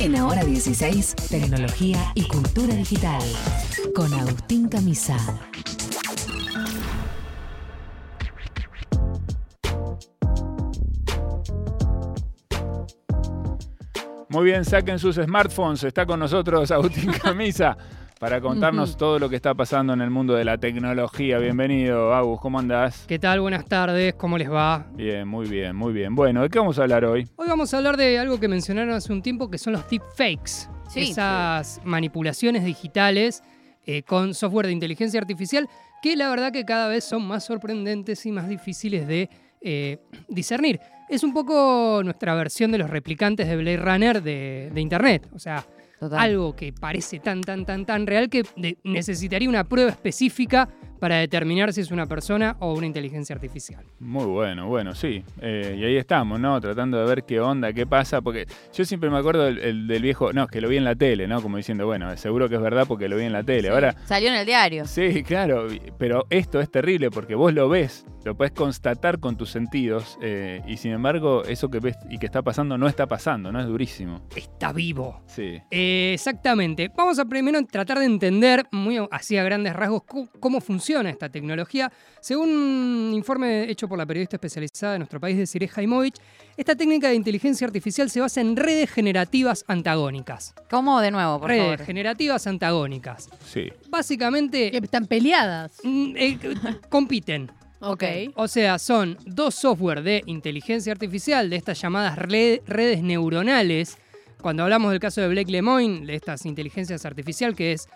En Ahora 16, tecnología y cultura digital. Con Agustín Camisa. Muy bien, saquen sus smartphones. Está con nosotros Agustín Camisa para contarnos todo lo que está pasando en el mundo de la tecnología. Bienvenido, Agus, ¿cómo andás? ¿Qué tal? Buenas tardes, ¿cómo les va? Bien, muy bien, muy bien. Bueno, ¿de qué vamos a hablar hoy? Hoy vamos a hablar de algo que mencionaron hace un tiempo, que son los deepfakes. Sí. Esas manipulaciones digitales eh, con software de inteligencia artificial que la verdad que cada vez son más sorprendentes y más difíciles de eh, discernir. Es un poco nuestra versión de los replicantes de Blade Runner de, de Internet. O sea, Total. algo que parece tan, tan, tan, tan real que de- necesitaría una prueba específica para determinar si es una persona o una inteligencia artificial. Muy bueno, bueno, sí. Eh, y ahí estamos, ¿no? Tratando de ver qué onda, qué pasa, porque yo siempre me acuerdo del, el- del viejo, no, es que lo vi en la tele, ¿no? Como diciendo, bueno, seguro que es verdad porque lo vi en la tele. Ahora, Salió en el diario. sí, claro, pero esto es terrible porque vos lo ves, lo puedes constatar con tus sentidos, eh, y sin embargo, eso que ves y que está pasando no está pasando, ¿no? Es durísimo. Está vivo. Sí. Eh, exactamente. Vamos a primero tratar de entender, muy así a grandes rasgos, cu- cómo funciona esta tecnología. Según un informe hecho por la periodista especializada de nuestro país, Desiree Jaimovich, esta técnica de inteligencia artificial se basa en redes generativas antagónicas. ¿Cómo de nuevo, por Redes favor? generativas antagónicas. Sí. Básicamente... Que están peleadas. mm, eh, compiten. Ok. O sea, son dos software de inteligencia artificial, de estas llamadas re- redes neuronales. Cuando hablamos del caso de Blake Lemoine, de estas inteligencias artificial, que es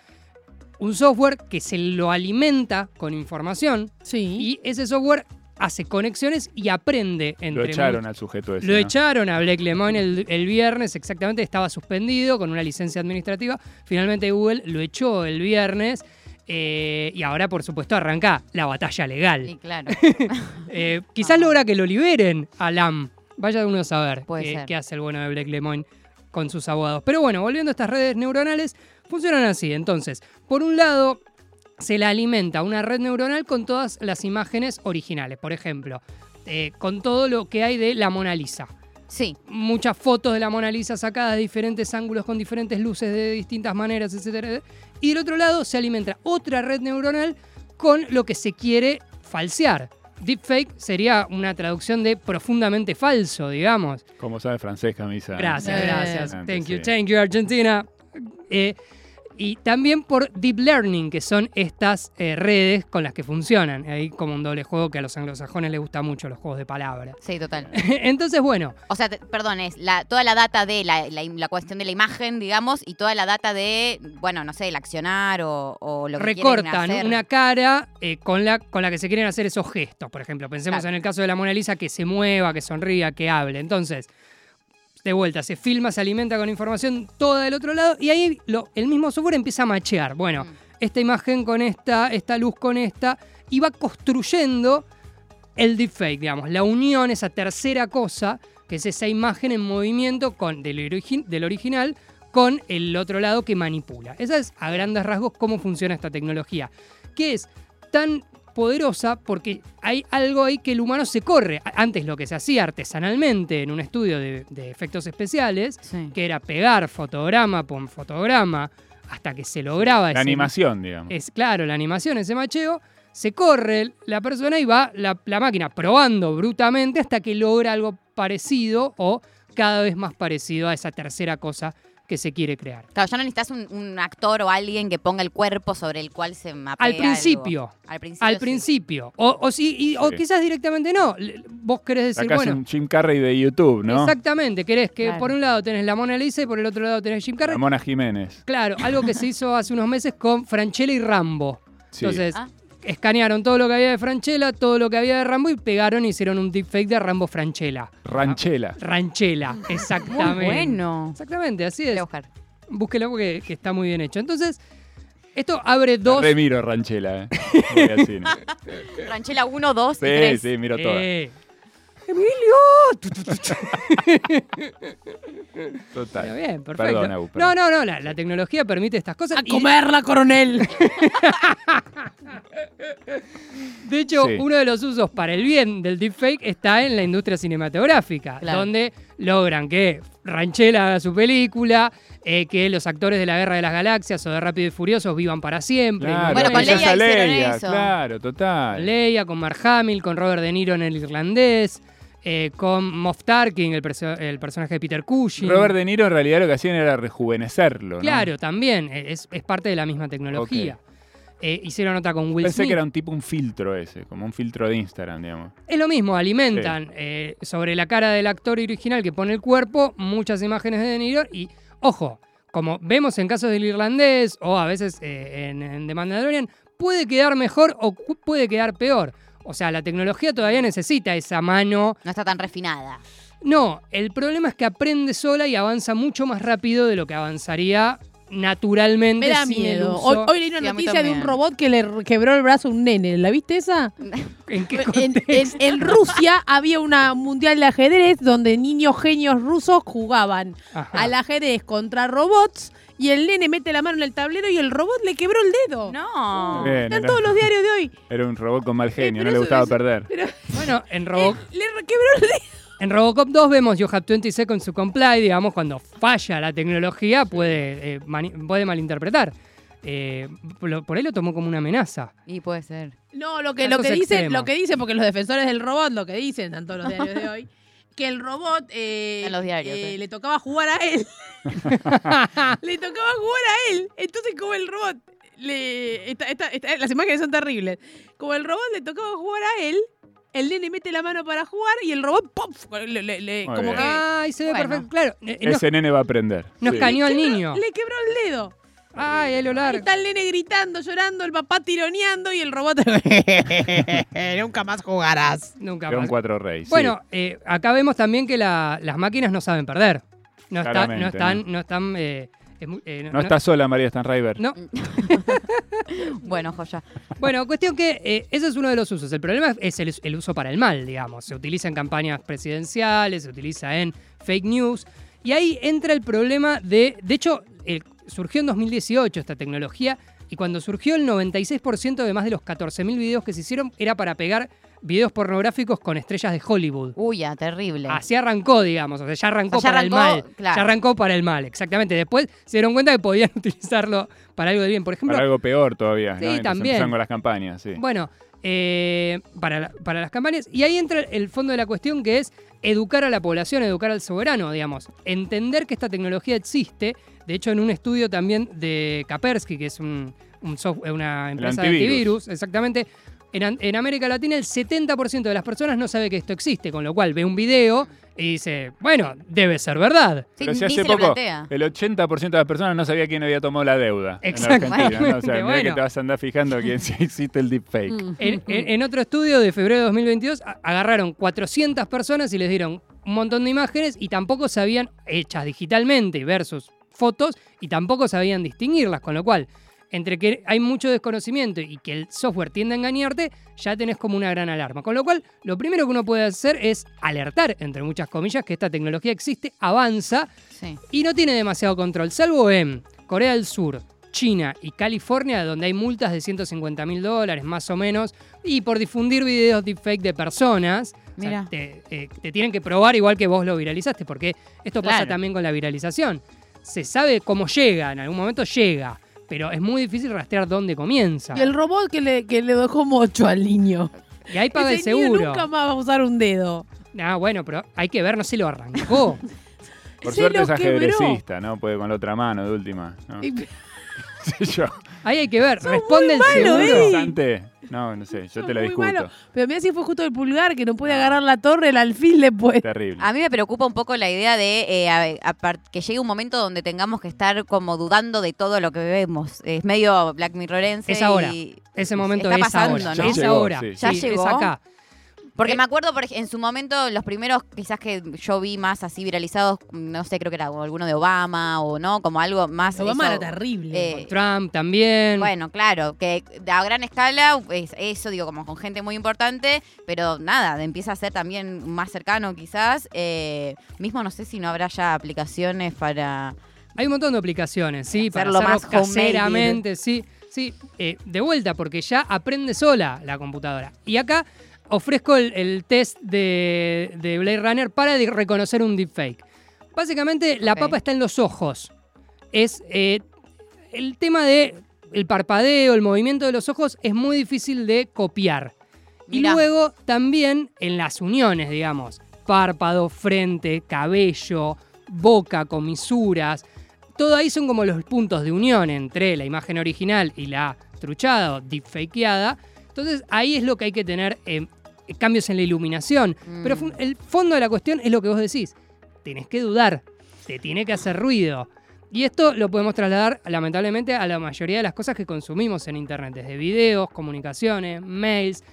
un software que se lo alimenta con información Sí. y ese software hace conexiones y aprende entre Lo echaron muchos- al sujeto ese. lo ¿no? echaron a Blake Lemoine el, el viernes, exactamente, estaba suspendido con una licencia administrativa. Finalmente Google lo echó el viernes eh, y ahora, por supuesto, arranca la batalla legal. Sí, claro. Eh, quizás logra que lo liberen a Lam. Vaya uno a saber Puede qué, ser. qué hace el bueno de Blake Lemoine con sus abogados. Pero bueno, volviendo a estas redes neuronales, funcionan así. Entonces, por un lado, se la alimenta una red neuronal con todas las imágenes originales. Por ejemplo, eh, con todo lo que hay de la Mona Lisa Sí, muchas fotos de la Mona Lisa sacadas de diferentes ángulos, con diferentes luces de distintas maneras, etcétera. Y del otro lado se alimenta otra red neuronal con lo que se quiere falsear. Deepfake sería una traducción de profundamente falso, digamos. Como sabe francés, camisa. Gracias, Eh. gracias. Antes, Thank you, sí. thank you, Argentina. Eh, y también por Deep Learning, que son estas eh, redes con las que funcionan. Ahí como un doble juego que a los anglosajones les gusta mucho, los juegos de palabras. sí, total. Entonces, bueno, O sea, te- perdón, es la, toda la data de la, la- la cuestión de la imagen, digamos, y toda la data de, bueno, no sé, el accionar o, o lo que recortan quieren hacer. una cara eh, con, la, con la que se quieren hacer esos gestos. Por ejemplo, pensemos Claro. en el caso de la Mona Lisa, que se mueva, que sonría, que hable. Entonces, de vuelta, se filma, se alimenta con información toda del otro lado y ahí lo- el mismo software empieza a machear. Bueno, Mm. esta imagen con esta, esta luz con esta, y va construyendo el deepfake, digamos, la unión, esa tercera cosa, que es esa imagen en movimiento con, del, origi- del original con el otro lado que manipula. Esa es a grandes rasgos cómo funciona esta tecnología, que es tan poderosa porque hay algo ahí que el humano se corre. A- Antes lo que se hacía artesanalmente en un estudio de- de efectos especiales, Sí. que era pegar fotograma por fotograma hasta que se lograba La ese- animación, digamos. es claro, la animación, ese macheo, se corre la persona y va la, la máquina probando brutamente hasta que logra algo parecido o cada vez más parecido a esa tercera cosa que se quiere crear. Claro, ya no necesitas un, un actor o alguien que ponga el cuerpo sobre el cual se mapea Al algo. principio. Al principio. Al sí. principio. O, o sí, y- o Sí. quizás directamente no. Le- Vos querés Está decir, casi bueno. un Jim Carrey de YouTube, ¿no? Exactamente, querés que Claro. por un lado tenés la Mona Lisa y por el otro lado tenés Jim Carrey. Ramona Jiménez. Claro, algo que se hizo hace unos meses con Franchella y Rambo. Sí. Entonces, Ah. escanearon todo lo que había de Franchella, todo lo que había de Rambo y pegaron y hicieron un deepfake de Rambo Franchella. Ranchela. ah, Ranchella, exactamente. Muy bueno. Exactamente, así Voy es. a buscar. Búsquelo porque que está muy bien hecho. Entonces, esto abre dos. Remiro Ranchela, ¿eh? Voy al cine. Ranchela 1, 2 y Sí, 3. sí, miro todas. Eh, está Total. bien, perfecto. Perdón, Agus, no, perdón. no, no, la, la tecnología permite estas cosas. A y- comerla, coronel. De hecho, Sí. uno de los usos para el bien del deepfake está en la industria cinematográfica, Claro. donde logran que Ranchela haga su película, eh, que los actores de la Guerra de las Galaxias o de Rápido y Furioso vivan para siempre. Claro, Bueno, con ella es Leia hicieron Leia, eso. Claro, total. Leia, con Mark Hamill, con Robert De Niro en El Irlandés, eh, con Moff Tarkin, el, perso- el personaje de Peter Cushing. Robert De Niro en realidad lo que hacían era rejuvenecerlo. ¿no? Claro, también, eh, es, es parte de la misma tecnología. Eh, hicieron otra con Will Pensé Smith. que era un tipo, un filtro ese, como un filtro de Instagram, digamos. Es lo mismo, alimentan eh, sobre la cara del actor original que pone el cuerpo muchas imágenes de De Niro y, ojo, como vemos en casos del irlandés o a veces eh, en, en The Mandalorian, puede quedar mejor o cu- puede quedar peor. O sea, la tecnología todavía necesita esa mano. No está tan refinada. No, el problema es que aprende sola y avanza mucho más rápido de lo que avanzaría naturalmente. Me da sin el miedo. uso- Hoy, hoy leí Sí, una a mí noticia de un también. robot que le r- quebró el brazo a un nene. ¿La viste esa? ¿En qué En, en- en Rusia había una mundial de ajedrez donde niños genios rusos jugaban Ajá. al ajedrez contra robots y el nene mete la mano en el tablero y el robot le quebró el dedo. No. Bien, Están era, todos los diarios de hoy. era un robot con mal genio, pero no le eso- gustaba eso- perder. Pero Bueno, en Robo- eh, le re- quebró el dedo. En Robocop 2 vemos You Have 20 Seconds to Comply, digamos, cuando falla la tecnología puede, eh, mani- puede malinterpretar. Eh, lo- por ahí lo tomó como una amenaza. Y puede ser. No, lo que, Eso lo que es dicen, extremo. lo que dicen, porque los defensores del robot, lo que dicen, tanto los diarios de hoy, que el robot eh, En los diarios, eh, sí. le tocaba jugar a él. le tocaba jugar a él. Entonces, como el robot. Le, esta- esta- esta- las imágenes son terribles. Como el robot le tocaba jugar a él, el nene mete la mano para jugar y el robot, ¡pop! Le, le- le- Muy como bien. que Ay, se ve Bueno. perfecto. Claro, eh, eh, no, Ese nene va a aprender. no Sí. escaneó al niño. le quebró el dedo. Ay, ahí lo Ahí largo. está el nene gritando, llorando, el papá tironeando y el robot. Nunca más jugarás. Nunca Era un más. cuatro rey. sí. Bueno, eh, acá vemos también que la- las máquinas no saben perder. No, está- no Claramente, están, no están, eh, es mu- eh, no, está sola María Stanriver. no, Bueno, joya. Bueno, cuestión que eh, ese es uno de los usos. El problema es el, el uso para el mal, digamos. Se utiliza en campañas presidenciales, se utiliza en fake news. Y ahí entra el problema de... De hecho, el- surgió en 2018 esta tecnología y cuando surgió el 96% de más de los 14.000 videos que se hicieron era para pegar videos pornográficos con estrellas de Hollywood. Uy, ya, terrible. Ah, Así arrancó, digamos. O sea, ya arrancó O sea, ya para el arrancó, mal. claro. Ya arrancó para el mal, exactamente. Después se dieron cuenta que podían utilizarlo para algo de bien. Por ejemplo, Para algo peor todavía. Sí, ¿no? Entonces también. empezaron con las campañas, sí. Bueno, eh, para, la- para las campañas. Y ahí entra el fondo de la cuestión que es educar a la población, educar al soberano, digamos. Entender que esta tecnología existe. De hecho, en un estudio también de Kapersky, que es un, un soft- eh, una empresa de antivirus. antivirus, exactamente. En, An- en América Latina el 70% de las personas no sabe que esto existe, con lo cual ve un video y dice, bueno, debe ser verdad. Sí, Pero si ni hace se lo poco plantea. el 80% de las personas no sabía quién había tomado la deuda Exactamente, en la Argentina. ¿no? O sea, mirá que bueno. Mm. te vas a andar fijando quién si existe el deepfake. En, en- en otro estudio de febrero de 2022 a- agarraron 400 personas y les dieron un montón de imágenes y tampoco sabían, hechas digitalmente versus fotos, y tampoco sabían distinguirlas, con lo cual, entre que hay mucho desconocimiento y que el software tiende a engañarte, ya tenés como una gran alarma. Con lo cual, lo primero que uno puede hacer es alertar, entre muchas comillas, que esta tecnología existe, avanza Sí. y no tiene demasiado control, salvo en Corea del Sur, China y California, donde hay multas de 150 mil dólares más o menos, y por difundir videos deepfake de personas, o sea, Mirá. te, eh, te tienen que probar igual que vos lo viralizaste, porque esto pasa Claro. también con la viralización. Se sabe cómo llega, en algún momento llega, pero es muy difícil rastrear dónde comienza. Y el robot que le, que le dejó mocho al niño. Y ahí paga el Ese niño seguro. Nunca más va a usar un dedo. Ah, bueno, pero hay que ver, no se lo arrancó. Por Se suerte lo es quebró. ajedrecista, ¿no? Puede con la otra mano de última. ¿no? Y- Sí, yo. Ahí hay que ver, responde el malo, seguro. ¿eh? Sante, No, no sé, yo Sos te la muy discuto. malo. Pero mira si fue justo el pulgar que no puede agarrar la torre, el alfil después. Terrible. Ah, A mí me preocupa un poco la idea de eh, a- a par- que llegue un momento donde tengamos que estar como dudando de todo lo que vemos. Es medio Black Mirrorense. Es ahora. y- Ese momento Está es pasando, ahora. ¿no? Es Ya llegó, ahora. sí. Ya Es llegó. acá. Porque Eh. me acuerdo, por ej- en su momento, los primeros quizás que yo vi más así viralizados, no sé, creo que era alguno de Obama o no, como algo más... Lo Obama eso, era terrible. eh, Trump también. Bueno, claro, que a gran escala, es eso digo, como con gente muy importante, pero nada, empieza a ser también más cercano quizás. Eh, mismo no sé si no habrá ya aplicaciones para... Hay un montón de aplicaciones, sí, para Hacerlo hacerlo más homemade. caseramente, sí. Sí, eh, de vuelta, porque ya aprende sola la computadora. Y acá ofrezco el, el test de, de Blade Runner para de- reconocer un deepfake. Básicamente, la Ok. papa está en los ojos. Es eh, el tema de el parpadeo, el movimiento de los ojos es muy difícil de copiar. Mirá. Y luego también en las uniones, digamos, párpado, frente, cabello, boca, comisuras, todo ahí son como los puntos de unión entre la imagen original y la truchada o deepfakeada. Entonces ahí es lo que hay que tener eh, cambios en la iluminación. Mm. Pero fu- el fondo de la cuestión es lo que vos decís. Tenés que dudar, te tiene que hacer ruido. Y esto lo podemos trasladar, lamentablemente, a la mayoría de las cosas que consumimos en Internet, desde videos, comunicaciones, mails.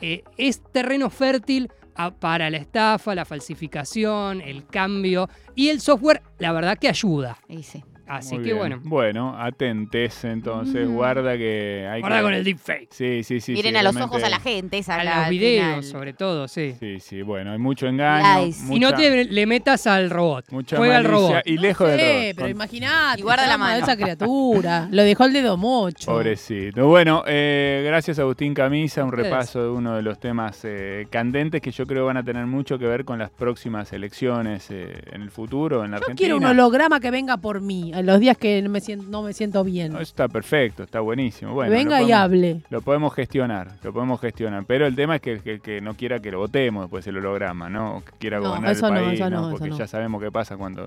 Eh, es terreno fértil a- para la estafa, la falsificación, el cambio. Y el software, la verdad, que ayuda. Y sí. Así Muy que bien. bueno, Bueno, atentes entonces, Mm. guarda que hay guarda que... con el deepfake. Sí, sí, sí. Miren sí, a los realmente- ojos a la gente, esa A la- los al videos, final. sobre todo, sí. Sí, sí, bueno, hay mucho engaño. Lies. Y no mucha- te le metas al robot. Mucha Juega al malicia robot. Y lejos Sí, del robot. pero Con- imaginate. Y guarda la estamos de mano. Esa criatura. Lo dejó el dedo mocho. Pobrecito. Bueno, eh, gracias Agustín Camisa, un Ustedes. repaso de uno de los temas eh, candentes que yo creo van a tener mucho que ver con las próximas elecciones eh, en el futuro, en la Yo Argentina. quiero un holograma que venga por mí en los días que no me siento, no me siento bien. No, eso está perfecto, está buenísimo. Bueno, que venga lo y podemos- hable. Lo podemos gestionar, lo podemos gestionar. Pero el tema es que, que, que no quiera que lo votemos después el holograma, ¿no? O Que quiera No, gobernar eso el no, país, eso no, eso Porque no. ya sabemos qué pasa cuando,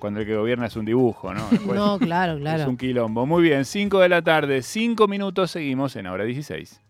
cuando el que gobierna es un dibujo, ¿no? Después No, claro, claro. Es un quilombo. Muy bien, 5 de la tarde, 5 minutos, seguimos en Hora 16.